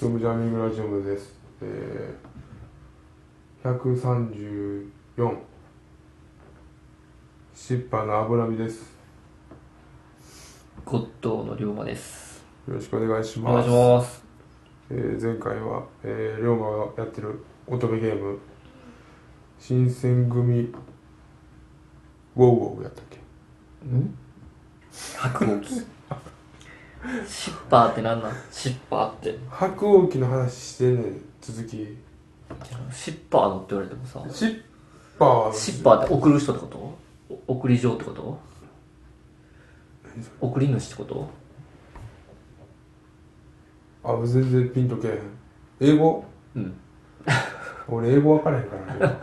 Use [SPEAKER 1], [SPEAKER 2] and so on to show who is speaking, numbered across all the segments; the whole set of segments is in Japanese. [SPEAKER 1] トムジャーニングラジオムです。えー、134。シッパーの脂身です。
[SPEAKER 2] ゴッドーの龍馬です。
[SPEAKER 1] よろしくお願いし
[SPEAKER 2] お
[SPEAKER 1] ま
[SPEAKER 2] 願い
[SPEAKER 1] す。
[SPEAKER 2] します。
[SPEAKER 1] えー前回は、えー、龍馬がやってる乙女ゲーム、新選組、ウォウウォウやったっけ
[SPEAKER 2] ん白鸚記。シッパーってなんなんシッパーって。
[SPEAKER 1] 白鸚記の話してんねん、続き。
[SPEAKER 2] シッパーのって言われてもさ、
[SPEAKER 1] シッパーは、
[SPEAKER 2] シッパーって送る人ってことお送り状ってこと送り主ってこと
[SPEAKER 1] あ、全然ピンとけえへん。英語
[SPEAKER 2] うん。
[SPEAKER 1] 俺英語わからへんから ね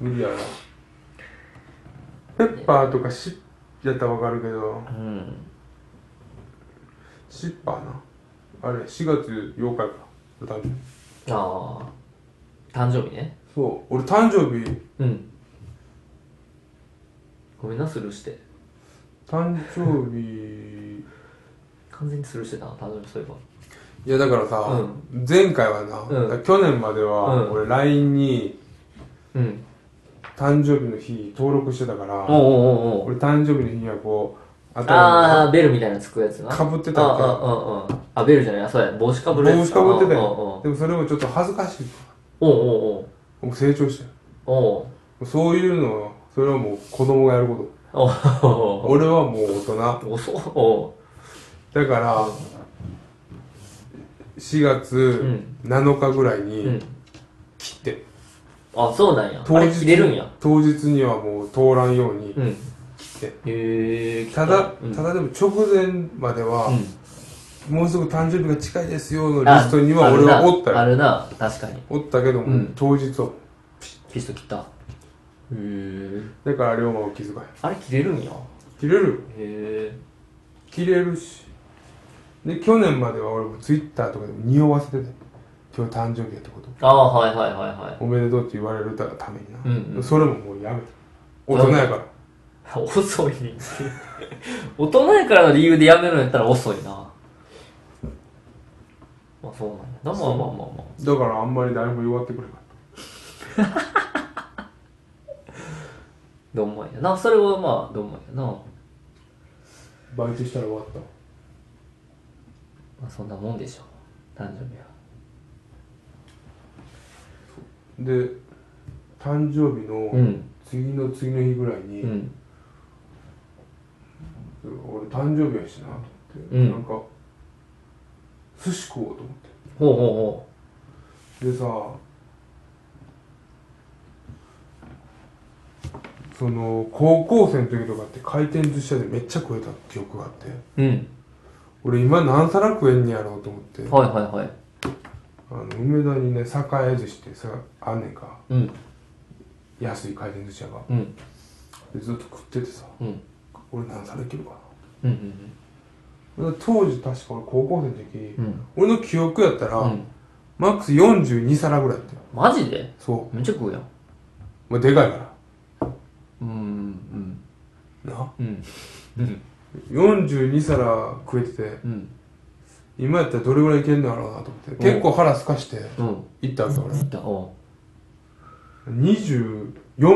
[SPEAKER 1] 無理やなペッパーとかシッやったらわかるけど
[SPEAKER 2] うん。
[SPEAKER 1] シッパーなあれ4月8日かお誕生日
[SPEAKER 2] ああ。誕生日ね。
[SPEAKER 1] そう俺誕生日
[SPEAKER 2] うん。ごめんな、スルーして。
[SPEAKER 1] 誕生 日
[SPEAKER 2] 完全にスルーしてたな、誕生日そういえ
[SPEAKER 1] いやだからさ、
[SPEAKER 2] う
[SPEAKER 1] 前回はな、
[SPEAKER 2] う
[SPEAKER 1] だ
[SPEAKER 2] ん
[SPEAKER 1] から去年までは
[SPEAKER 2] うん
[SPEAKER 1] 俺 LINE に
[SPEAKER 2] ば。うん。
[SPEAKER 1] 誕生日の日登録してたから、
[SPEAKER 2] おうおうおうおう。
[SPEAKER 1] 俺誕生日の日にはこう頭
[SPEAKER 2] あー、ベルみたいなのつくやつな。
[SPEAKER 1] かぶってたっけ
[SPEAKER 2] ああああああ、ベルじゃない、あそうや、帽子かぶ
[SPEAKER 1] に
[SPEAKER 2] るや
[SPEAKER 1] 帽
[SPEAKER 2] つ
[SPEAKER 1] 子かぶってたよ
[SPEAKER 2] お
[SPEAKER 1] でもそれもちょっと恥ずかしい
[SPEAKER 2] おおう
[SPEAKER 1] もう成長して
[SPEAKER 2] おうおう
[SPEAKER 1] そういうのそれはもう子供がやること
[SPEAKER 2] おうおう
[SPEAKER 1] 俺はもう大人
[SPEAKER 2] おう遅っお
[SPEAKER 1] だから4
[SPEAKER 2] う
[SPEAKER 1] 月
[SPEAKER 2] ん
[SPEAKER 1] 7日ぐらいうに
[SPEAKER 2] ん。
[SPEAKER 1] 切って、
[SPEAKER 2] あ、そうなんや。
[SPEAKER 1] 当
[SPEAKER 2] あれ
[SPEAKER 1] 日
[SPEAKER 2] 切れるんや。
[SPEAKER 1] 当日にはもう通らんように
[SPEAKER 2] うん。
[SPEAKER 1] 切って、
[SPEAKER 2] へえ。
[SPEAKER 1] ただ、
[SPEAKER 2] うん
[SPEAKER 1] ただでも直前までは
[SPEAKER 2] う、ん
[SPEAKER 1] もうすぐ誕生日が近いですよのリ
[SPEAKER 2] あ
[SPEAKER 1] ストには俺はおった
[SPEAKER 2] あ
[SPEAKER 1] よ
[SPEAKER 2] るな、あるな確かに。
[SPEAKER 1] おったけども、
[SPEAKER 2] うん
[SPEAKER 1] 当日は
[SPEAKER 2] ピスト切った。へえ。
[SPEAKER 1] だから龍馬は気遣い
[SPEAKER 2] あれ切れるんや。
[SPEAKER 1] 切れる
[SPEAKER 2] へ
[SPEAKER 1] 切れるしで去年までは俺もツイッターとかでも匂わせてて今日誕生日やってこと
[SPEAKER 2] ーああ、はいはいはいはい。
[SPEAKER 1] おめでとうって言われるためにな、
[SPEAKER 2] うんうん
[SPEAKER 1] それももうやめた大人やから
[SPEAKER 2] 遅い。大人やからの理由でやめるんやったら遅いな。まあそうなんだ。まあまあまあまあ。
[SPEAKER 1] だからあんまり誰も祝ってくれなかっ
[SPEAKER 2] どんまいやな。それはまあ、どんまいやな。ま
[SPEAKER 1] たバイトしたら終わった
[SPEAKER 2] あそんなもんでしょう。誕生日は。
[SPEAKER 1] で誕生日
[SPEAKER 2] う
[SPEAKER 1] の
[SPEAKER 2] ん。
[SPEAKER 1] 次の次の日ぐらいに、
[SPEAKER 2] うん。
[SPEAKER 1] 俺誕生日やしなと思って、
[SPEAKER 2] うん
[SPEAKER 1] なんか寿司食おうと思っ
[SPEAKER 2] ほうほ
[SPEAKER 1] てでさその高校生の時とかって回転寿司屋でめっちゃ食えた記憶があって
[SPEAKER 2] うほう。うん。
[SPEAKER 1] 俺今何皿食えんねやろうと思って
[SPEAKER 2] はいはいはい。
[SPEAKER 1] あの梅田にね栄寿司ってさあんねんか
[SPEAKER 2] うん。
[SPEAKER 1] 安い回転寿司屋が
[SPEAKER 2] うん。
[SPEAKER 1] でずっと食っててさ
[SPEAKER 2] うん。
[SPEAKER 1] 俺何皿いけるか
[SPEAKER 2] うんうん
[SPEAKER 1] なで当時確か俺高校生の時、
[SPEAKER 2] うん。うん。
[SPEAKER 1] 俺の記憶やったら、
[SPEAKER 2] うん。
[SPEAKER 1] マックス42皿ぐらいやって
[SPEAKER 2] マジで
[SPEAKER 1] そ
[SPEAKER 2] めっちゃ食うやん。
[SPEAKER 1] う、まあ、でかいか
[SPEAKER 2] うん。うん。
[SPEAKER 1] らな
[SPEAKER 2] うん。うん。
[SPEAKER 1] 42皿食えてて
[SPEAKER 2] うん。
[SPEAKER 1] 今やったらどれぐらいいけんのやろうなと思って結構腹すかして
[SPEAKER 2] うん。
[SPEAKER 1] 行ったわけ俺
[SPEAKER 2] いった。おう
[SPEAKER 1] 24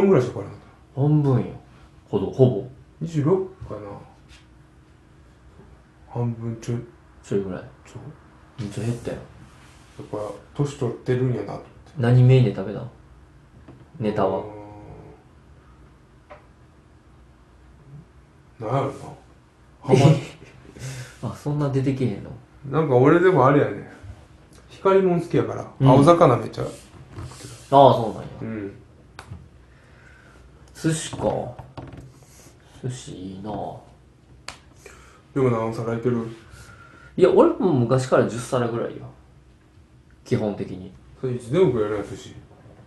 [SPEAKER 1] ぐらいしか食わなかっ
[SPEAKER 2] 半分や。ほど、ほ
[SPEAKER 1] た
[SPEAKER 2] ぼ。
[SPEAKER 1] 26かな半分ちょい
[SPEAKER 2] それぐらい。
[SPEAKER 1] ちょい
[SPEAKER 2] めっちゃ減ったよ。
[SPEAKER 1] やっぱ年取ってるんやなと
[SPEAKER 2] 何メインで食べたのネタは。
[SPEAKER 1] なんやろなハ
[SPEAKER 2] あ、そんな出てけへんの
[SPEAKER 1] マなんか俺でもあれやね光もん好きやから、
[SPEAKER 2] うん
[SPEAKER 1] 青魚めっちゃ
[SPEAKER 2] ああ、そうなんや。
[SPEAKER 1] うん
[SPEAKER 2] 寿司か。寿司いいな
[SPEAKER 1] でもなおさらいける
[SPEAKER 2] いや、俺も昔から10皿ぐらいよ。基本的に。
[SPEAKER 1] それいつでも食えるやつし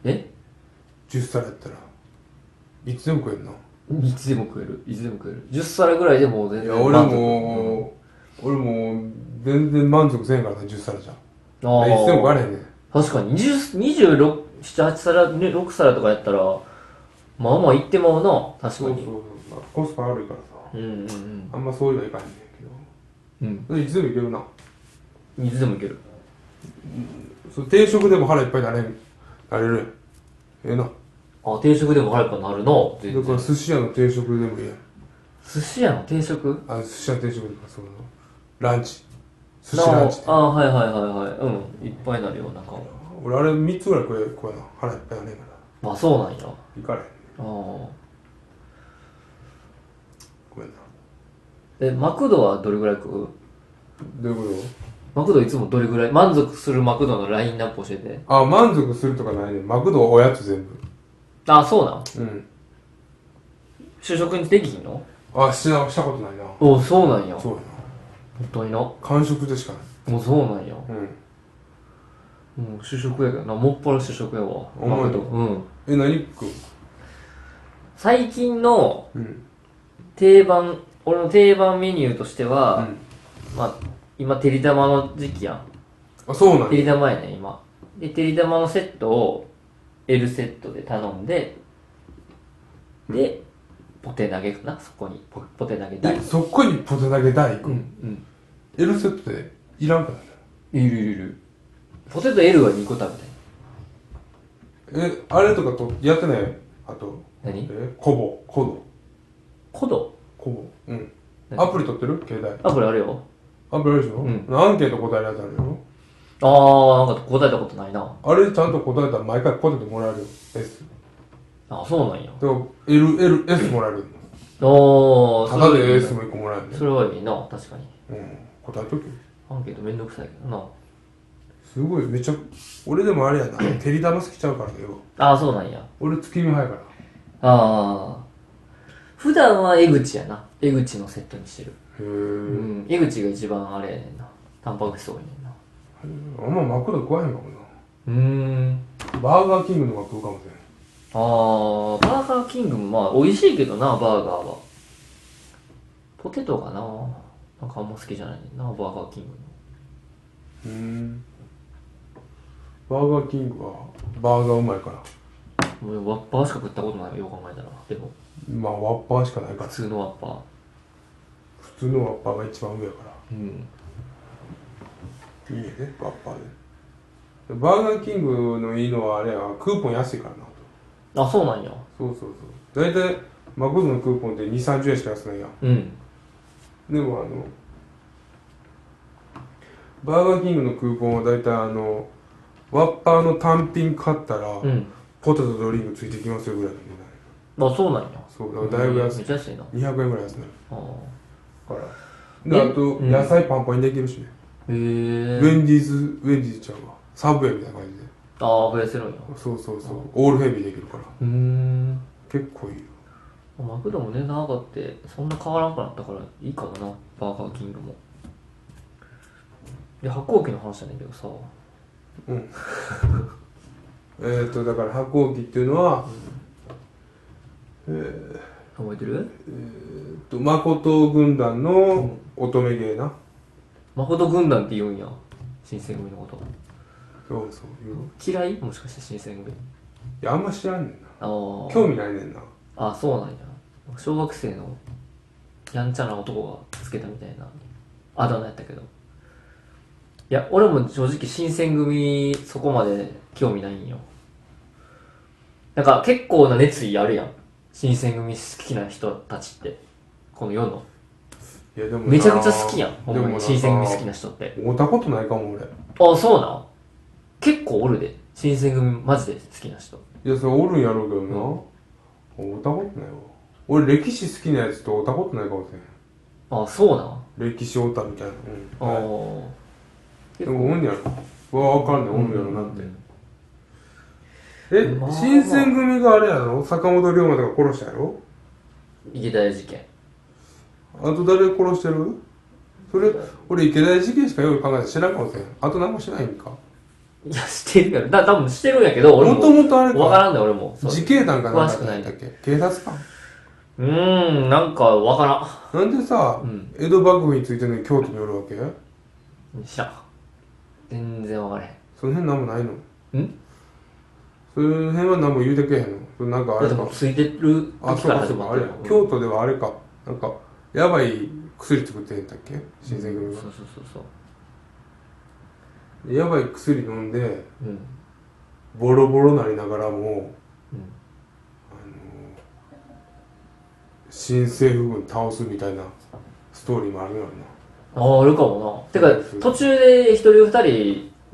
[SPEAKER 2] え
[SPEAKER 1] 10皿やったらいつでも食えるない
[SPEAKER 2] つでも食える。いつでも食える。10皿ぐらいでもう
[SPEAKER 1] い
[SPEAKER 2] 全然
[SPEAKER 1] や俺も俺も全然満足せんからな10皿じゃん
[SPEAKER 2] 満足、ああ
[SPEAKER 1] いつでも食われへんねん
[SPEAKER 2] 確かに、20 26、7、8皿、ね6皿とかやったら、まあまあいってまうな。確か
[SPEAKER 1] そうそう
[SPEAKER 2] に。
[SPEAKER 1] そうまあコスパ悪いからさ
[SPEAKER 2] うんうん
[SPEAKER 1] あんまそういうのはいかへんねんけど
[SPEAKER 2] うん。
[SPEAKER 1] それいつでもいけるな
[SPEAKER 2] うん。いつでもいける。
[SPEAKER 1] その定食でも腹いっぱいになれんなれるやんええな
[SPEAKER 2] あ、定食でも腹いっぱいになるの全
[SPEAKER 1] だから
[SPEAKER 2] 然。
[SPEAKER 1] 寿司屋の定食でもいいやん
[SPEAKER 2] 寿司屋の定食
[SPEAKER 1] あ寿司屋の定食とかそのランチ寿司ラ
[SPEAKER 2] な
[SPEAKER 1] ンチって
[SPEAKER 2] ああ、はいはいはいはい。うん。いっぱいになるよ、なんか。
[SPEAKER 1] 俺あれ3つぐらい食え食えな腹いっぱいになれんから
[SPEAKER 2] まあそうなんや。あ
[SPEAKER 1] 行かれへん
[SPEAKER 2] あ。
[SPEAKER 1] ごめんな
[SPEAKER 2] え、マクドはどれぐらい食う
[SPEAKER 1] どういうこ
[SPEAKER 2] マクドいつもどれぐらい満足するマクドのラインナップ教えて。
[SPEAKER 1] とあ満足するとかないねマクドおやつ全部
[SPEAKER 2] ああ、そうなん。
[SPEAKER 1] うん
[SPEAKER 2] 就職にできひんの
[SPEAKER 1] あしなしたことないな
[SPEAKER 2] おうそうなんや。
[SPEAKER 1] そうやな
[SPEAKER 2] 本当にな。も
[SPEAKER 1] 完食でしかないう
[SPEAKER 2] そうなんや。も
[SPEAKER 1] うん
[SPEAKER 2] う就職やけどな。もっぱら就職やわ。
[SPEAKER 1] お前
[SPEAKER 2] マクド。うん。
[SPEAKER 1] え何食う
[SPEAKER 2] 最近の
[SPEAKER 1] うん
[SPEAKER 2] 定番、俺の定番メニューとして
[SPEAKER 1] う
[SPEAKER 2] は、
[SPEAKER 1] ん
[SPEAKER 2] まあ、今、てりたまの時期やん。
[SPEAKER 1] あそうなん
[SPEAKER 2] て
[SPEAKER 1] や
[SPEAKER 2] り玉やね今でてり玉のセットを L セットで頼んででポテ投げかなそこにポポテ投げ大
[SPEAKER 1] えそこにポテ投げ大
[SPEAKER 2] う
[SPEAKER 1] 行く
[SPEAKER 2] ん
[SPEAKER 1] L セットでいらんからね
[SPEAKER 2] うんいるいるいるポテト L は2個食べたい
[SPEAKER 1] えあれとかとやってないあと
[SPEAKER 2] 何
[SPEAKER 1] えコボコド
[SPEAKER 2] コド
[SPEAKER 1] コボうん
[SPEAKER 2] 何
[SPEAKER 1] アプリ取ってる携帯
[SPEAKER 2] あこれあるよ
[SPEAKER 1] アプリあるでしょ、
[SPEAKER 2] うん
[SPEAKER 1] アンケート答えるやつあるよ
[SPEAKER 2] ああなんか答えたことないな
[SPEAKER 1] あれちゃんと答えたら毎回ポテトもらえるよ S
[SPEAKER 2] あそうなんや
[SPEAKER 1] でも LLS もらえるよ
[SPEAKER 2] おー
[SPEAKER 1] ただ
[SPEAKER 2] それ
[SPEAKER 1] で
[SPEAKER 2] はいい
[SPEAKER 1] S も1個もらえるね
[SPEAKER 2] それはいいな確かに
[SPEAKER 1] うん答えとけ
[SPEAKER 2] アンケートめんどくさいけどな
[SPEAKER 1] すごいめっちゃ俺でもあれや な照り玉好きちゃうからよ
[SPEAKER 2] ああそうなんや
[SPEAKER 1] 俺月見早いから
[SPEAKER 2] ああ普段は江口やな江口のセットにしてる
[SPEAKER 1] へえ、
[SPEAKER 2] うん、江口が一番あれやねんなタンパク質多いねんな
[SPEAKER 1] あんまマクド食わへんかもな
[SPEAKER 2] うーん
[SPEAKER 1] バーガーキングの方が食うかもしれん
[SPEAKER 2] あーバーガーキングもまあ美味しいけどなバーガーはポテトかななんかあんま好きじゃないねんなバーガーキング
[SPEAKER 1] うーんバーガーキングはバーガーうまいから
[SPEAKER 2] のもうワッパーしか食ったことないわよく考えたらでも
[SPEAKER 1] まあワッパーしかないから
[SPEAKER 2] 普通のワッパー
[SPEAKER 1] 普通のワッパーが一番上やから
[SPEAKER 2] うん
[SPEAKER 1] いいよねワッパーでバーガーキングのいいのはあれやクーポン安いからな
[SPEAKER 2] あそうなんや
[SPEAKER 1] そうそうそう大体マクドのクーポンって2 3 0円しか安くないやん
[SPEAKER 2] うん
[SPEAKER 1] でもあのバーガーキングのクーポンは大体あのワッパーの単品買ったら、
[SPEAKER 2] うん
[SPEAKER 1] ポテトとドリンクついてきますよぐらいの値段
[SPEAKER 2] あそうなんや
[SPEAKER 1] そうだからだいぶ安い
[SPEAKER 2] めっちゃ安いな
[SPEAKER 1] 200円ぐらい安くなる
[SPEAKER 2] あー
[SPEAKER 1] からで
[SPEAKER 2] え
[SPEAKER 1] あと
[SPEAKER 2] うん
[SPEAKER 1] 野菜パンパンにできるしね、
[SPEAKER 2] へえ
[SPEAKER 1] ウェンディーズウェンディーズちゃうわサブウェイみたいな感じで
[SPEAKER 2] ああ増やせるんや
[SPEAKER 1] そうそうそうオールヘビーできるから
[SPEAKER 2] うーん
[SPEAKER 1] 結構いいよ
[SPEAKER 2] マクドもね、長かって、そんな変わらんくなったから、いいかもな、バーガーキングも。で、発行機の話じゃないけどさ、
[SPEAKER 1] えっ、ー、とだから白鸚記っていうのは、えー
[SPEAKER 2] 覚えてる
[SPEAKER 1] えっと誠軍団の乙女芸な、
[SPEAKER 2] 誠軍団って言うんや、新選組のこと。
[SPEAKER 1] そうそういうの
[SPEAKER 2] 嫌いもしかして新選組。
[SPEAKER 1] いやあんま知らんねんな
[SPEAKER 2] あー
[SPEAKER 1] 興味ないねんな
[SPEAKER 2] あ、そうなんや。小学生の、やんちゃな男がつけたみたいな、あだ名やったけど。いや、俺も正直新選組、そこまで興味ないんよ。なんか結構な熱意あるやん。新選組好きな人たちって。この世の。
[SPEAKER 1] いやでもな
[SPEAKER 2] めちゃくちゃ好きやん。ほん
[SPEAKER 1] で
[SPEAKER 2] ま
[SPEAKER 1] も
[SPEAKER 2] に新選組好き
[SPEAKER 1] な
[SPEAKER 2] な人って。
[SPEAKER 1] 会ったことないかも俺
[SPEAKER 2] あ、そうなん結構おるで。新選組マジで好きな人。
[SPEAKER 1] いやそれおるんやろうけどな、会ったことないわ俺歴史好きなやつと会ったことないかもし
[SPEAKER 2] あ、そうなん
[SPEAKER 1] れん歴史オタみたいな、
[SPEAKER 2] あ
[SPEAKER 1] うんはいで
[SPEAKER 2] ー
[SPEAKER 1] もおんねやろわ分かんねえおんねやろなって、え、
[SPEAKER 2] まあ
[SPEAKER 1] 新選組があれやろ坂本龍馬とか殺したやろ
[SPEAKER 2] 池田屋事件。
[SPEAKER 1] あと誰殺してるそれ俺池田屋事件しかよく考えて知らんかもしれんあと何もしないんか
[SPEAKER 2] いや、してるやろ。だ、多分してるんやけど、俺も。
[SPEAKER 1] もともとあれ
[SPEAKER 2] わか
[SPEAKER 1] から
[SPEAKER 2] んね俺も。そう
[SPEAKER 1] 自警団かなんかだ
[SPEAKER 2] 詳し
[SPEAKER 1] ったっ
[SPEAKER 2] く
[SPEAKER 1] け警察官
[SPEAKER 2] うーん、なんかわか
[SPEAKER 1] なんでさ、
[SPEAKER 2] うん
[SPEAKER 1] 江戸幕府についてのに京都におるわけ
[SPEAKER 2] らん。しゃ。全然わからへん。
[SPEAKER 1] その辺なんもないの
[SPEAKER 2] ん
[SPEAKER 1] その辺は何も言うてけへんのそれなんかあ
[SPEAKER 2] だ
[SPEAKER 1] れ
[SPEAKER 2] って
[SPEAKER 1] か
[SPEAKER 2] もうついてる
[SPEAKER 1] あ
[SPEAKER 2] 時
[SPEAKER 1] そう
[SPEAKER 2] から
[SPEAKER 1] か
[SPEAKER 2] 始
[SPEAKER 1] そうか
[SPEAKER 2] ま
[SPEAKER 1] あ
[SPEAKER 2] って
[SPEAKER 1] れ
[SPEAKER 2] る
[SPEAKER 1] や。京都ではあれかなんかやばい薬作ってへんだっけ新選組が
[SPEAKER 2] そうそうそうそう。
[SPEAKER 1] でやばい薬飲んで
[SPEAKER 2] うん
[SPEAKER 1] ボロボロなりながらも
[SPEAKER 2] うん
[SPEAKER 1] 新政府軍倒すみたいなストーリーもあるよ
[SPEAKER 2] あああるかもなてか途中で一人二人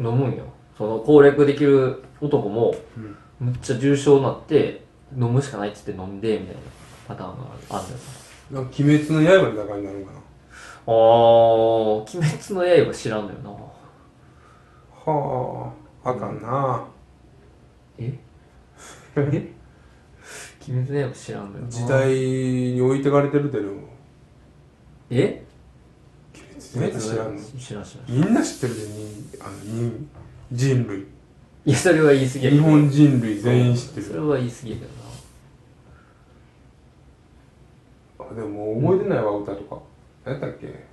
[SPEAKER 2] 飲むんよその攻略できる男も
[SPEAKER 1] うん
[SPEAKER 2] むっちゃ重症になって飲むしかないっつって飲んでみたいなパターンがあるあんだよ
[SPEAKER 1] ななんか鬼滅の刃みたいな感じになるんかな
[SPEAKER 2] あー鬼滅の刃知らんのよな
[SPEAKER 1] はああかんな、
[SPEAKER 2] え え鬼滅の刃知らんのよな
[SPEAKER 1] 時代に置いてかれてるでる
[SPEAKER 2] え
[SPEAKER 1] 鬼滅知らんの
[SPEAKER 2] 知らん知らん
[SPEAKER 1] みんな知ってるでにあの人人類
[SPEAKER 2] いやそれは言い過ぎやけ
[SPEAKER 1] 日
[SPEAKER 2] ど
[SPEAKER 1] 本人類全員知って
[SPEAKER 2] それ
[SPEAKER 1] る
[SPEAKER 2] は言い過ぎやけどな
[SPEAKER 1] あでも覚えてないわ歌とか何やったっけ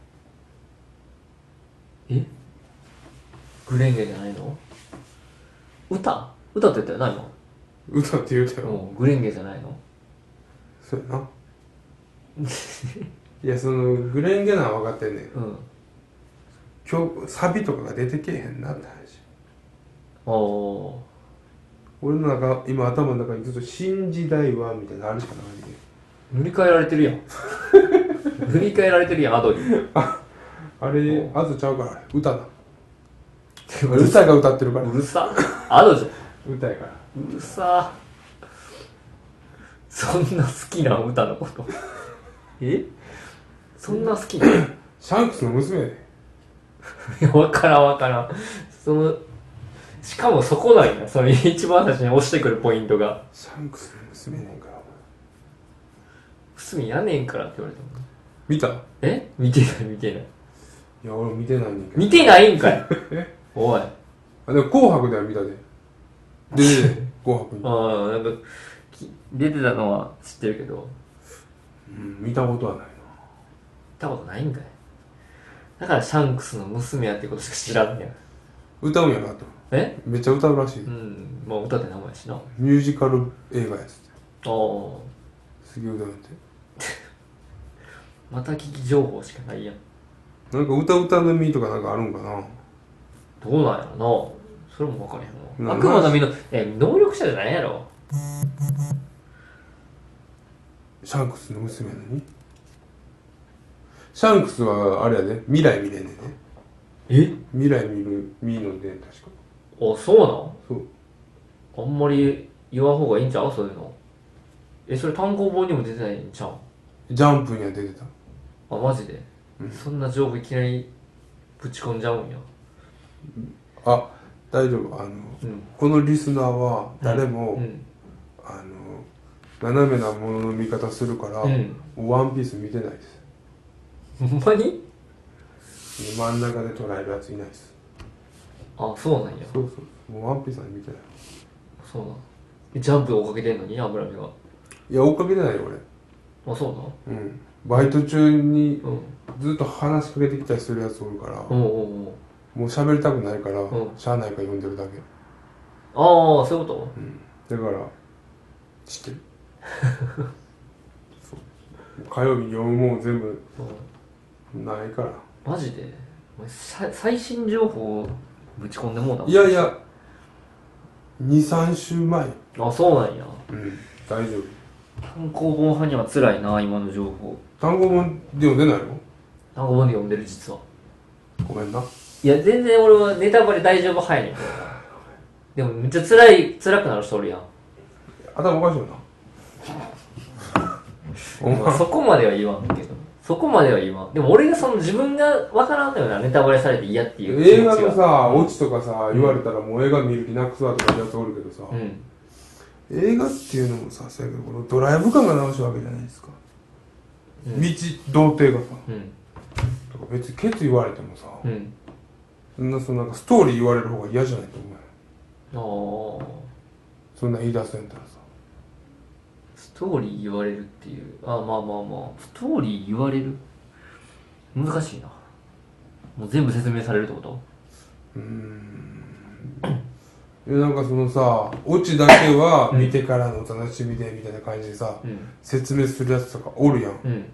[SPEAKER 2] えグレンゲじゃないの歌歌って言ったよな今
[SPEAKER 1] 歌って言うたよ、
[SPEAKER 2] うんグレンゲじゃないの
[SPEAKER 1] そうやな いやそのグレンゲナは分かってんねん
[SPEAKER 2] うん
[SPEAKER 1] 今日サビとかが出てけえへんなって話
[SPEAKER 2] あー
[SPEAKER 1] 俺の中今頭の中にずっと「新時代は」みたいなのあるしかないね
[SPEAKER 2] 塗り替えられてるやん 塗り替えられてるやんアドリブ
[SPEAKER 1] あ
[SPEAKER 2] う
[SPEAKER 1] れあずちゃうからあれ歌な 歌が歌ってるから
[SPEAKER 2] うるさアドじゃん
[SPEAKER 1] 歌やから
[SPEAKER 2] うるさそんな好きな歌のことえそんな好きない
[SPEAKER 1] シャンクスの娘やで
[SPEAKER 2] やわからんわからんそのしかもそこなんやその一番最初に押してくるポイントが
[SPEAKER 1] シャンクスの娘ねんから
[SPEAKER 2] 「すみやねんから」って言われても
[SPEAKER 1] 見たい
[SPEAKER 2] え見てない見てない
[SPEAKER 1] や俺見てないねんけど
[SPEAKER 2] 見てないんか いおいあ
[SPEAKER 1] あでも「紅白」では見たで出てたよ 紅白に、
[SPEAKER 2] あなんかき出てたのは知ってるけど
[SPEAKER 1] うん、見たことはないな
[SPEAKER 2] 行ったことないんかいだからシャンクスの娘やってことしか知らんねん
[SPEAKER 1] 歌うんやなと
[SPEAKER 2] え
[SPEAKER 1] めっちゃ歌うらしい、
[SPEAKER 2] うんまあ歌って名前やしなあ
[SPEAKER 1] ミュージカル映画やつって
[SPEAKER 2] あ
[SPEAKER 1] すげえ歌うんて
[SPEAKER 2] また聞き情報しかないやん
[SPEAKER 1] なんか歌歌の実とかなんかあるんかな
[SPEAKER 2] どうなんやろなそれも分からへんわ
[SPEAKER 1] な
[SPEAKER 2] 悪魔の実のえ能力者じゃないやろ
[SPEAKER 1] シャンクスの娘なのにシャンクスはあれやで未来見れんねんね
[SPEAKER 2] え
[SPEAKER 1] 未来見る見るので確か
[SPEAKER 2] あそう
[SPEAKER 1] そう
[SPEAKER 2] なんあんまり言わん方がいいんちゃうそういうのえそれ単行本にも出てないんちゃう
[SPEAKER 1] ジャンプには出てた
[SPEAKER 2] あマジで、そんな情報いきなりぶち込んじゃうんや
[SPEAKER 1] あ大丈夫あの
[SPEAKER 2] うん
[SPEAKER 1] このリスナーは誰も、
[SPEAKER 2] うん
[SPEAKER 1] あの斜めなものの見方するから、
[SPEAKER 2] うん
[SPEAKER 1] ワンピース見てないです
[SPEAKER 2] ほんまに
[SPEAKER 1] 真ん中で捉えるやついないです
[SPEAKER 2] あそうなんや
[SPEAKER 1] そうそうもうワンピースは見てない
[SPEAKER 2] そうなんえジャンプ追っかけてんのに油目が
[SPEAKER 1] いや追っかけてないよ
[SPEAKER 2] あそう
[SPEAKER 1] 俺うんバイト中に
[SPEAKER 2] なんうん
[SPEAKER 1] ずっと話しかけてきたりするやつおるから、
[SPEAKER 2] うんうんうん
[SPEAKER 1] もう喋りたくないから、
[SPEAKER 2] うん
[SPEAKER 1] しゃあないから読んでるだけ
[SPEAKER 2] ああそういうこ
[SPEAKER 1] だから知 ってるそう火曜日に読むもん全部
[SPEAKER 2] と、
[SPEAKER 1] ないから
[SPEAKER 2] うん、マジでお前さ最新情報をぶち込んでもうたもん
[SPEAKER 1] いやいや23週前
[SPEAKER 2] あそうなんや
[SPEAKER 1] うん大丈夫
[SPEAKER 2] 単行本派には辛いな今の情報
[SPEAKER 1] 単語本でも出ないの
[SPEAKER 2] 単行本で読んでる実は
[SPEAKER 1] ごめんない
[SPEAKER 2] や全然俺はネタバレ大丈夫早いねんでもめっちゃ辛い辛くなる人おるやん
[SPEAKER 1] 頭おかしいよなお
[SPEAKER 2] まあ
[SPEAKER 1] 前
[SPEAKER 2] そこまでは言わんけどそこまでは言わんでも俺がその自分がわからんのよなネタバレされて嫌っていう気
[SPEAKER 1] 映
[SPEAKER 2] 持
[SPEAKER 1] 画
[SPEAKER 2] ちが
[SPEAKER 1] のさオチとかさ言われたらもう映画見る気なくすわとかいうやつおるけどさ、
[SPEAKER 2] うん
[SPEAKER 1] 映画っていうのもさそうやけどこのドライブ感が直しわけじゃないですか、
[SPEAKER 2] うん
[SPEAKER 1] 道童貞がさ
[SPEAKER 2] うん
[SPEAKER 1] とか別にケツ言われてもさ、
[SPEAKER 2] うん
[SPEAKER 1] そんなそのなんかストーリー言われる方が嫌じゃないと思うよ
[SPEAKER 2] ああ
[SPEAKER 1] そんなん言い出すんやったらさ
[SPEAKER 2] ストーリー言われるっていうあまあまあまあストーリー言われる難しいなもう全部説明されるってこと
[SPEAKER 1] うーんいやなんかそのさオチだけは見てからのお楽しみでみたいな感じでさ
[SPEAKER 2] うん
[SPEAKER 1] 説明するやつとかおるやん
[SPEAKER 2] うん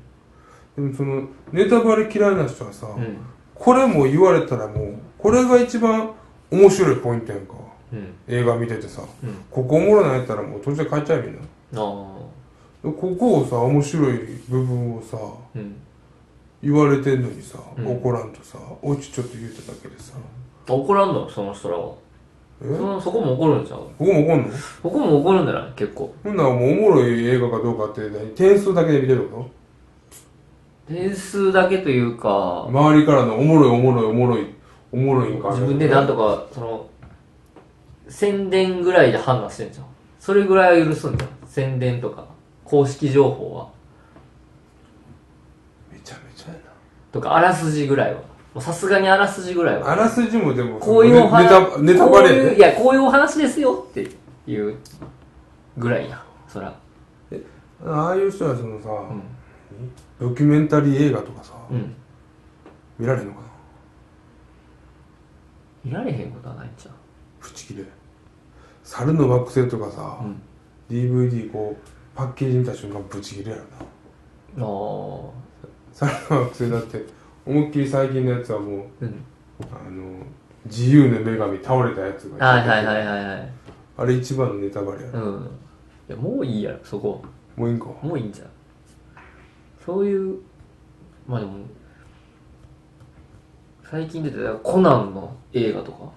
[SPEAKER 1] でもそのネタバレ嫌いな人はさ、
[SPEAKER 2] うん
[SPEAKER 1] これも言われたらもうこれが一番面白いポイントやんか
[SPEAKER 2] うん
[SPEAKER 1] 映画見ててさ
[SPEAKER 2] うん
[SPEAKER 1] ここおもろなんやったらもう途中で帰っちゃえみんな
[SPEAKER 2] ああ
[SPEAKER 1] ここをさ面白い部分をさ
[SPEAKER 2] うん
[SPEAKER 1] 言われてんのにさ、
[SPEAKER 2] うん
[SPEAKER 1] 怒らんとさオチちょっと言うただけでさ
[SPEAKER 2] あ怒らんのその人らは
[SPEAKER 1] え
[SPEAKER 2] そ
[SPEAKER 1] こ
[SPEAKER 2] のそこも怒るんちゃう
[SPEAKER 1] こも怒んの
[SPEAKER 2] ここも怒るんじゃない結構
[SPEAKER 1] ほんならもうおもろい映画かどうかって何点数だけで見てるの
[SPEAKER 2] 点数だけというか
[SPEAKER 1] 周りからのおもろいおもろいおもろいおもろいんか
[SPEAKER 2] 自分でなん
[SPEAKER 1] と
[SPEAKER 2] とかその宣伝ぐらいで判断してんじゃんそれぐらいは許すんじゃん宣伝とか公式情報は
[SPEAKER 1] めちゃめちゃや
[SPEAKER 2] とかあらすじぐらいはもうさすがにあらすじぐらい
[SPEAKER 1] な
[SPEAKER 2] は
[SPEAKER 1] あらすじもでも
[SPEAKER 2] こういうお
[SPEAKER 1] ネ
[SPEAKER 2] 話
[SPEAKER 1] タネタバレや
[SPEAKER 2] こういう
[SPEAKER 1] で
[SPEAKER 2] いやこういうお話ですよっていうぐらいやそら
[SPEAKER 1] ああいう人はそのさ、
[SPEAKER 2] うん
[SPEAKER 1] ドキュメンタリー映画とかさ、
[SPEAKER 2] うん
[SPEAKER 1] 見られんのかな
[SPEAKER 2] 見られへんことはないんちゃ
[SPEAKER 1] プチ切れ猿の惑星とかさ、
[SPEAKER 2] ううん
[SPEAKER 1] DVD こうパッケージ見た瞬間ブチ切れやろな
[SPEAKER 2] ああ
[SPEAKER 1] 猿の惑星だって思いっきり最近のやつはもう
[SPEAKER 2] うん
[SPEAKER 1] あの自由の女神倒れたやつが
[SPEAKER 2] はいはいはいはいはい
[SPEAKER 1] あれ一番のネタバレや
[SPEAKER 2] う
[SPEAKER 1] ろ、
[SPEAKER 2] んいやもういいやろそこ
[SPEAKER 1] もういいんか
[SPEAKER 2] もういいんじゃんそういうまあでも最近出てたコナンの映画とか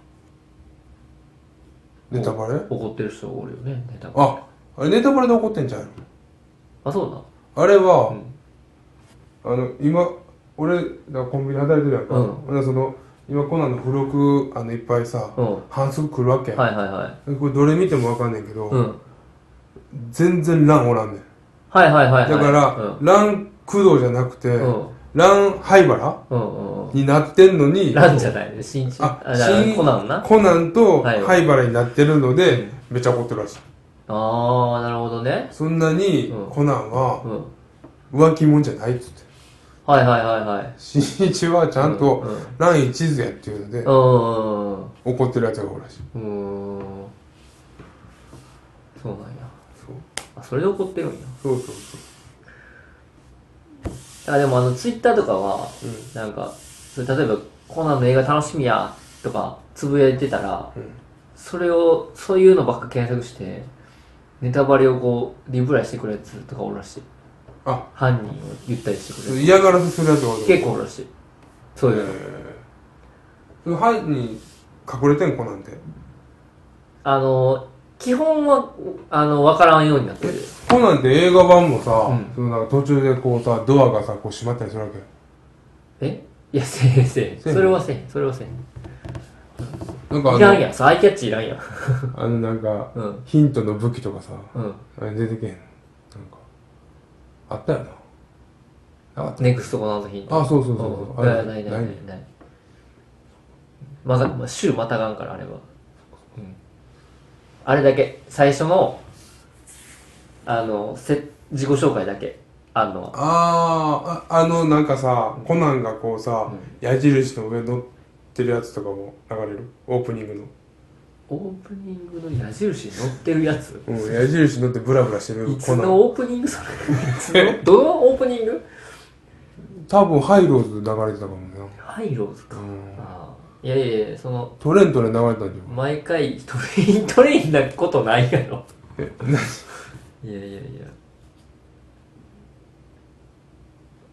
[SPEAKER 1] ネタバレ
[SPEAKER 2] 怒ってる人おるよねネタバレ
[SPEAKER 1] ああれネタバレで怒ってんじゃん
[SPEAKER 2] あそうな
[SPEAKER 1] あれは、
[SPEAKER 2] うん
[SPEAKER 1] あの今俺だからコンビニ働いてるやんか、
[SPEAKER 2] うん
[SPEAKER 1] 俺はその今コナンの付録あのいっぱいさ、
[SPEAKER 2] うん
[SPEAKER 1] 反則来るわけやん、
[SPEAKER 2] はいはいはい
[SPEAKER 1] これどれ見てもわかんねんけど、
[SPEAKER 2] うん
[SPEAKER 1] 全然ランおらんねん
[SPEAKER 2] はいはいはいは
[SPEAKER 1] だ
[SPEAKER 2] い
[SPEAKER 1] から、
[SPEAKER 2] うん
[SPEAKER 1] ラン工藤じゃなくて、
[SPEAKER 2] うん
[SPEAKER 1] ラン灰原
[SPEAKER 2] うんうんうん
[SPEAKER 1] になってんのに
[SPEAKER 2] ランじゃないね新一
[SPEAKER 1] あ
[SPEAKER 2] あだから
[SPEAKER 1] 新
[SPEAKER 2] コナンな
[SPEAKER 1] コナンと
[SPEAKER 2] はい
[SPEAKER 1] 灰原になってるので、めっちゃ怒ってるらしい
[SPEAKER 2] ああなるほどね
[SPEAKER 1] そんなに
[SPEAKER 2] うん
[SPEAKER 1] コナンは
[SPEAKER 2] うん
[SPEAKER 1] 浮気者じゃないっつって
[SPEAKER 2] はいはいはいはい
[SPEAKER 1] 新一はちゃんと
[SPEAKER 2] うん
[SPEAKER 1] ラン一途やっていうので
[SPEAKER 2] うんうん
[SPEAKER 1] 怒ってるやつがおるらしい
[SPEAKER 2] うんうんうーんそうなんや
[SPEAKER 1] そう
[SPEAKER 2] あそれで怒ってるんや
[SPEAKER 1] そうそうそ
[SPEAKER 2] あでもあのツイッターとかは、
[SPEAKER 1] う
[SPEAKER 2] なんかそれ例えばコナンの映画楽しみやとかつぶやいてたら、
[SPEAKER 1] ん
[SPEAKER 2] それをそういうのばっか検索してネタバレをこうリプライしてくるやつとかおるらしい
[SPEAKER 1] あ
[SPEAKER 2] 犯人を言ったりして
[SPEAKER 1] う
[SPEAKER 2] くるや
[SPEAKER 1] 嫌がらせするやつがおる
[SPEAKER 2] つ結構おるらしいそういうの、
[SPEAKER 1] えー、犯人隠れてん子なんて
[SPEAKER 2] あの基本はあの分からんようになってる
[SPEAKER 1] コナンって映画版もさ、
[SPEAKER 2] ん
[SPEAKER 1] そのなんか途中でこうさドアがさこう閉まったりするわけ
[SPEAKER 2] えいやせえへんせえへん
[SPEAKER 1] せえへん
[SPEAKER 2] それはせえへんそれはせえへん
[SPEAKER 1] なんかあ
[SPEAKER 2] いらん
[SPEAKER 1] の
[SPEAKER 2] やんそうアイキャッチいらんやん
[SPEAKER 1] あのなんか、
[SPEAKER 2] うん
[SPEAKER 1] ヒントの武器とかさ
[SPEAKER 2] うん
[SPEAKER 1] あれ出てけへんなんかあったよななかった
[SPEAKER 2] ネクストコナンの日に
[SPEAKER 1] あそうそうそうそう
[SPEAKER 2] うん
[SPEAKER 1] あれ
[SPEAKER 2] ないな
[SPEAKER 1] な
[SPEAKER 2] いないいないまが、まあ、週またがんからあれは、うん、あれだけ最初のあのせ自己紹介だけあんのは
[SPEAKER 1] あーああのなんかさコナンがこうさ、矢印の上乗ってるやつとかも流れるオープニングの、
[SPEAKER 2] オープニングの矢印に載ってるやつ
[SPEAKER 1] うん、矢印乗ってブラブラしてる
[SPEAKER 2] いつ
[SPEAKER 1] コナン
[SPEAKER 2] のオープニングそれいつの どのオープニング
[SPEAKER 1] 多分ハイローズ流れてたかもな、
[SPEAKER 2] ハイローズか、
[SPEAKER 1] うん、
[SPEAKER 2] ああいやいやいやその
[SPEAKER 1] トレントで流れてたんじゃん
[SPEAKER 2] 毎回トレイントレインなことないや ろ
[SPEAKER 1] え
[SPEAKER 2] いやいやいや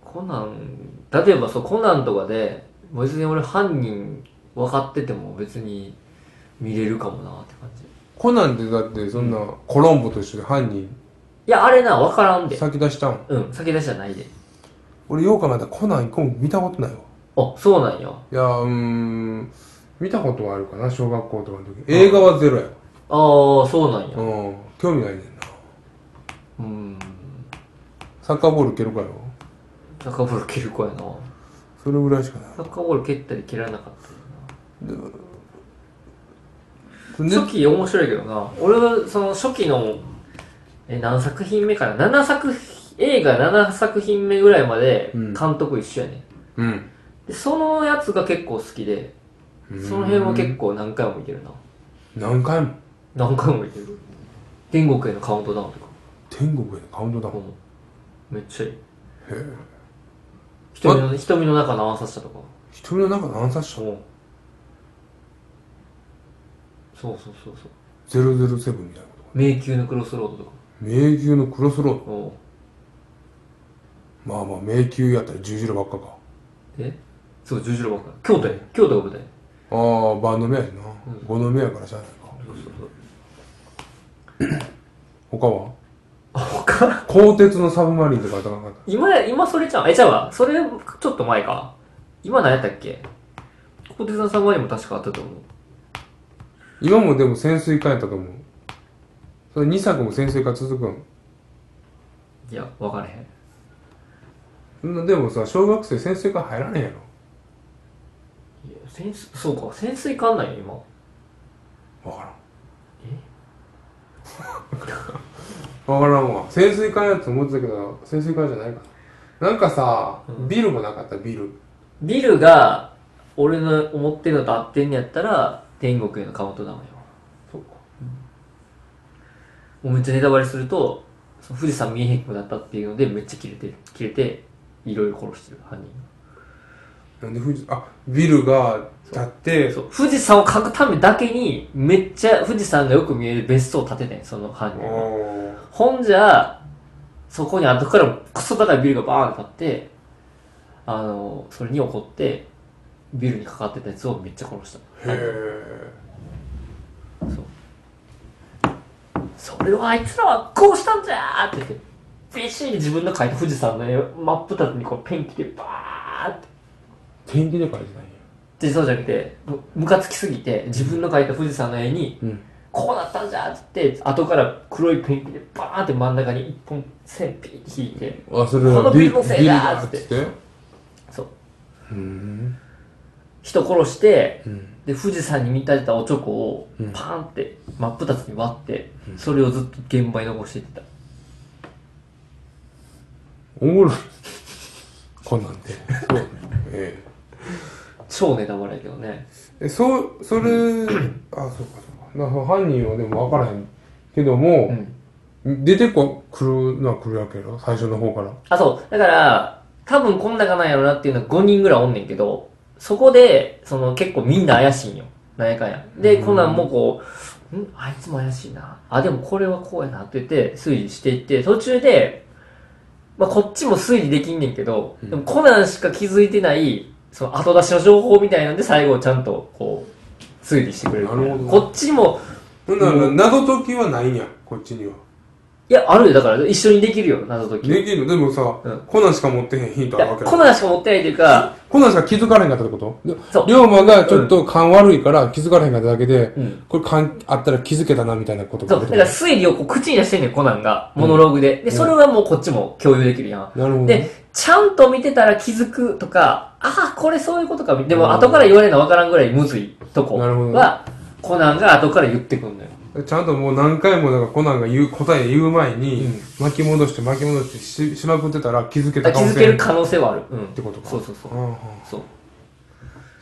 [SPEAKER 2] コナン例えばそうコナンとかで別に俺犯人分かってても別に見れるかもなって感じ
[SPEAKER 1] コナンってだってそんなコロンボと一緒で犯人
[SPEAKER 2] いやあれな分からんで
[SPEAKER 1] 先出したん
[SPEAKER 2] うん先出しじゃないで
[SPEAKER 1] 俺よう考えたらコナン一個も見たことないわ
[SPEAKER 2] あそうなんや
[SPEAKER 1] いやうーん見たことはあるかな小学校とかの時映画はゼロや
[SPEAKER 2] あーそうなん
[SPEAKER 1] う
[SPEAKER 2] や
[SPEAKER 1] ん興味ないねんな
[SPEAKER 2] うん
[SPEAKER 1] サッカーボール蹴るからよ
[SPEAKER 2] サッカーボール蹴る子やな
[SPEAKER 1] それぐらいしかない
[SPEAKER 2] サッカーボール蹴ったり蹴らなかったりな
[SPEAKER 1] そんで
[SPEAKER 2] 初期面白いけどな俺はその初期のえ何作品目かな7作映画7作品目ぐらいまで
[SPEAKER 1] うん
[SPEAKER 2] 監督一緒やね、ん
[SPEAKER 1] うん
[SPEAKER 2] でそのやつが結構好きでその辺は結構何回も見てるな
[SPEAKER 1] 何回も
[SPEAKER 2] 何回も見てる天国へのカウントダウンとか
[SPEAKER 1] 天国へのカウントダウン
[SPEAKER 2] もうめっちゃいい
[SPEAKER 1] へ
[SPEAKER 2] 瞳の瞳の中の暗殺者とか
[SPEAKER 1] 一人の中の暗殺者
[SPEAKER 2] もそうそうそうそう
[SPEAKER 1] 007みたいなことか
[SPEAKER 2] 迷宮のクロスロードとか
[SPEAKER 1] 迷宮のクロスロード
[SPEAKER 2] おう
[SPEAKER 1] まあまあ迷宮やったら十字路ばっかか
[SPEAKER 2] えそう十字路ばっか京都や京都が舞台
[SPEAKER 1] ああバンド目やしな
[SPEAKER 2] うん
[SPEAKER 1] 五の目やからしゃあないか
[SPEAKER 2] そうそうそう
[SPEAKER 1] 他は
[SPEAKER 2] あ他
[SPEAKER 1] 鋼鉄のサブマリンとかあかなかっ
[SPEAKER 2] 今や今それじゃんえちゃうわそれちょっと前か今何やったっけ小手さんさん前にも確かあったと思う
[SPEAKER 1] た今もでも潜水艦やったと思うそれ2作も潜水艦続くん
[SPEAKER 2] いや分からへん
[SPEAKER 1] そんなでもさ小学生潜水艦入らねえやろ
[SPEAKER 2] いや潜水そうか潜水艦なんや今
[SPEAKER 1] わからんえ わからんわ潜水艦やつ思ってたけど潜水艦じゃないかななんかさ、
[SPEAKER 2] うん
[SPEAKER 1] ビルもなかったビル
[SPEAKER 2] ビルが俺の思ってるのと合ってんのやったら天国へのカウントダウンよ
[SPEAKER 1] そうか
[SPEAKER 2] もうめっちゃネタバレするとその富士山見えへんくなったっていうのでめっちゃキレてるキレていろいろ殺してる犯人
[SPEAKER 1] なんで富士あビルが建って
[SPEAKER 2] そう富士山を描くためだけにめっちゃ富士山がよく見える別荘を建ててんその犯人は
[SPEAKER 1] お
[SPEAKER 2] ほんじゃそこに後からクソ高いビルがバーンって建ってあのそれに怒ってビルにかかってたやつをめっちゃ殺した
[SPEAKER 1] ーへ
[SPEAKER 2] そうそれをあいつらはこうしたんじゃーって言ってビシーに自分の描いた富士山の絵を真っ二つにこうペンキでバーって
[SPEAKER 1] え天気で書いてないんや
[SPEAKER 2] でそうじゃなくてむムカつきすぎて自分の描いた富士山の絵に
[SPEAKER 1] うん
[SPEAKER 2] こうなったんじゃーって言って後から黒いペンキでバーンって真ん中に一本線ピーって引いて
[SPEAKER 1] あそれ
[SPEAKER 2] この
[SPEAKER 1] ビ
[SPEAKER 2] ビ
[SPEAKER 1] ル
[SPEAKER 2] ルのせいだーっつって
[SPEAKER 1] ビルだーっつって
[SPEAKER 2] そう
[SPEAKER 1] うーん
[SPEAKER 2] 人殺して
[SPEAKER 1] うん
[SPEAKER 2] で富士山に見立てたおちょこを
[SPEAKER 1] うん
[SPEAKER 2] パーンって真っ二つに割って、それをずっと現場に残していってた
[SPEAKER 1] おもろいこんなんでそうね ええ
[SPEAKER 2] 超ネタバレやけどね
[SPEAKER 1] えそうそれ、あそうかそうかな犯人はでも分からへんけども、
[SPEAKER 2] ん
[SPEAKER 1] 出てこ来るのは来るわけやろ最初の方から
[SPEAKER 2] あ、そう。だから、多分こんなかなんやろなっていうのは5人ぐらいおんねんけど、そこで、その結構みんな怪しいんよ。なんやかんや。で、
[SPEAKER 1] うん
[SPEAKER 2] コナンもこう、んあいつも怪しいな。あ、でもこれはこうやなって言って推理していって、途中で、まあこっちも推理できんねんけど、
[SPEAKER 1] うん
[SPEAKER 2] でもコナンしか気づいてない、その後出しの情報みたいなんで最後ちゃんとこう、推理してくれるみたい
[SPEAKER 1] なるほど
[SPEAKER 2] こっちも、
[SPEAKER 1] ほんなら謎解きはないんやこっちにはい
[SPEAKER 2] や、あるよ。だから一緒にできるよ、謎解き。
[SPEAKER 1] できるでもさ、
[SPEAKER 2] うん
[SPEAKER 1] コナンしか持ってへんヒント
[SPEAKER 2] い
[SPEAKER 1] ある
[SPEAKER 2] や
[SPEAKER 1] わけ
[SPEAKER 2] コナンしか持ってないというか、
[SPEAKER 1] コナンしか気づかれへんかったってことで
[SPEAKER 2] そう
[SPEAKER 1] 龍馬がちょっと勘悪いから気づかれへんかっただけで、
[SPEAKER 2] うん
[SPEAKER 1] これ勘あったら気づけたなみたいなこと
[SPEAKER 2] そ
[SPEAKER 1] 出
[SPEAKER 2] う、だ
[SPEAKER 1] て
[SPEAKER 2] か
[SPEAKER 1] く
[SPEAKER 2] ら
[SPEAKER 1] る
[SPEAKER 2] 推理をこう口に出してんねん、コナンが。モノローグで。で、それはもうこっちも共有できるやん。
[SPEAKER 1] なるほど
[SPEAKER 2] で、ちゃんと見てたら気づくとか、ああ、これそういうことか。で
[SPEAKER 1] う
[SPEAKER 2] も、
[SPEAKER 1] ん
[SPEAKER 2] 後から言われるの分からんぐらいむずいとこ
[SPEAKER 1] なるほど
[SPEAKER 2] は、コナンが後から言ってくんのよ。
[SPEAKER 1] ちゃんともう何回もなんかコナンが言う答え言う前に、
[SPEAKER 2] うん
[SPEAKER 1] 巻き戻して巻き戻してししまくってたら気づけ
[SPEAKER 2] あ
[SPEAKER 1] たか
[SPEAKER 2] 気
[SPEAKER 1] も
[SPEAKER 2] づ
[SPEAKER 1] し
[SPEAKER 2] け
[SPEAKER 1] れな
[SPEAKER 2] る
[SPEAKER 1] い
[SPEAKER 2] 可能性はある。うん。って
[SPEAKER 1] ことか
[SPEAKER 2] そうそうそう。
[SPEAKER 1] うんうん
[SPEAKER 2] そう。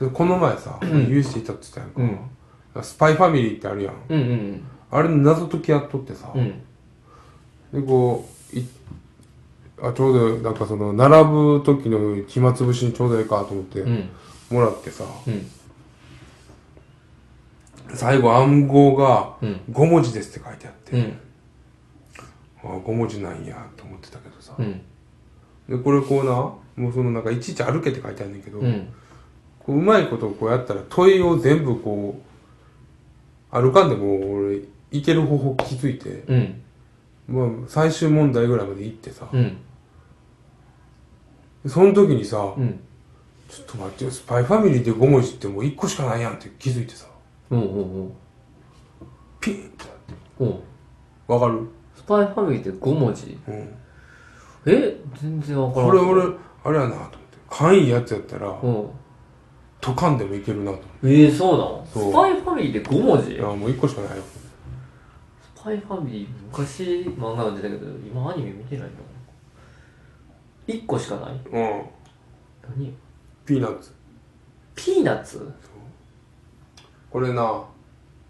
[SPEAKER 1] それこの前さ、USC 撮ってたやんか、
[SPEAKER 2] うん。
[SPEAKER 1] スパイファミリーってあるやん
[SPEAKER 2] うんうん
[SPEAKER 1] あれの謎解きやっとってさ、
[SPEAKER 2] うん。うん。
[SPEAKER 1] でこういあちょうどなんかその並ぶ時の暇つぶしにちょうどいいかと思って
[SPEAKER 2] うん。
[SPEAKER 1] もらってさ、
[SPEAKER 2] うん。
[SPEAKER 1] 最後暗号が
[SPEAKER 2] うん
[SPEAKER 1] 5文字ですって書いてあって、
[SPEAKER 2] うん。
[SPEAKER 1] あ5文字なんやと思ってたけどさ、
[SPEAKER 2] うん。
[SPEAKER 1] でこれこうなもうそのなんかいちいち歩けって書いてあるんだけど、
[SPEAKER 2] うん。
[SPEAKER 1] こううまいことをこうやったら問いを全部こう歩かんでも俺いける方法気づいて、
[SPEAKER 2] うん。
[SPEAKER 1] まあ、最終問題ぐらいまで行ってさ、
[SPEAKER 2] うん。
[SPEAKER 1] その時にさ、
[SPEAKER 2] うん。
[SPEAKER 1] ちょっと待ってよスパイファミリーで5文字ってもう1個しかないやんって気づいてさ
[SPEAKER 2] おうおう
[SPEAKER 1] ピーンってなって
[SPEAKER 2] おうおう
[SPEAKER 1] わかる、
[SPEAKER 2] スパイファミリーって5文字
[SPEAKER 1] うん、
[SPEAKER 2] え全然分からん。
[SPEAKER 1] これ俺あれやなと思って簡易やつやったら
[SPEAKER 2] うん。
[SPEAKER 1] 解かんでもいけるなと思って
[SPEAKER 2] ええそうなの
[SPEAKER 1] そう
[SPEAKER 2] スパイファミリーで5文
[SPEAKER 1] い
[SPEAKER 2] 字
[SPEAKER 1] やもう1個しかないよ
[SPEAKER 2] スパイファミリー昔漫画読んでたけど今アニメ見てないの1個しかない
[SPEAKER 1] うん
[SPEAKER 2] 何
[SPEAKER 1] ピーナッツ
[SPEAKER 2] ピーナッツ
[SPEAKER 1] これな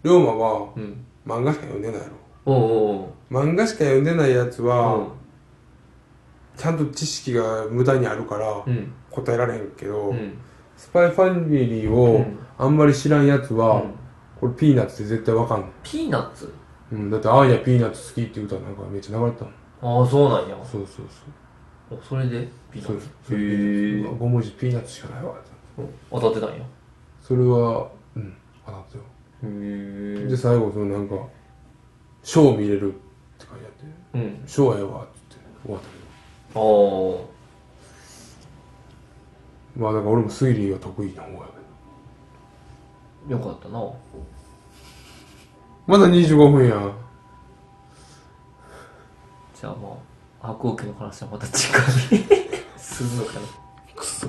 [SPEAKER 1] 龍馬は
[SPEAKER 2] うん
[SPEAKER 1] 漫画しか読んでないやろ
[SPEAKER 2] おうおう
[SPEAKER 1] 漫画しか読んでないやつは、
[SPEAKER 2] おう
[SPEAKER 1] ちゃんと知識が無駄にあるから
[SPEAKER 2] うん
[SPEAKER 1] 答えられへんけど、
[SPEAKER 2] うん
[SPEAKER 1] スパイファミリーを
[SPEAKER 2] うん
[SPEAKER 1] あんまり知らんやつは、
[SPEAKER 2] うん
[SPEAKER 1] 俺ピーナッツって絶対わかんない。
[SPEAKER 2] ピーナッツ
[SPEAKER 1] うん、だって、あーやピーナッツ好きって歌なんかめっちゃ流れてたもん。
[SPEAKER 2] ああ、そうなんや。
[SPEAKER 1] そうそう
[SPEAKER 2] おそれで、ピー
[SPEAKER 1] そう。そう
[SPEAKER 2] ナッ
[SPEAKER 1] で
[SPEAKER 2] ツ
[SPEAKER 1] す。。
[SPEAKER 2] へ
[SPEAKER 1] うわ5文字ピーナッツしかないわ。
[SPEAKER 2] うん当たってたんや。
[SPEAKER 1] それは、うん、あなたよ。
[SPEAKER 2] へ
[SPEAKER 1] で、
[SPEAKER 2] え。
[SPEAKER 1] 最後、そのなんか、ショー見れるって書いてあって、
[SPEAKER 2] うん。
[SPEAKER 1] ショーええわって言って終わったけど。
[SPEAKER 2] ああ。
[SPEAKER 1] まあ、だから俺も推理が得意な方やけど。
[SPEAKER 2] よかったな。
[SPEAKER 1] まだ25分やん。
[SPEAKER 2] じゃあまあ、白鸚記の話はまた次回にするのかな。
[SPEAKER 1] くそ。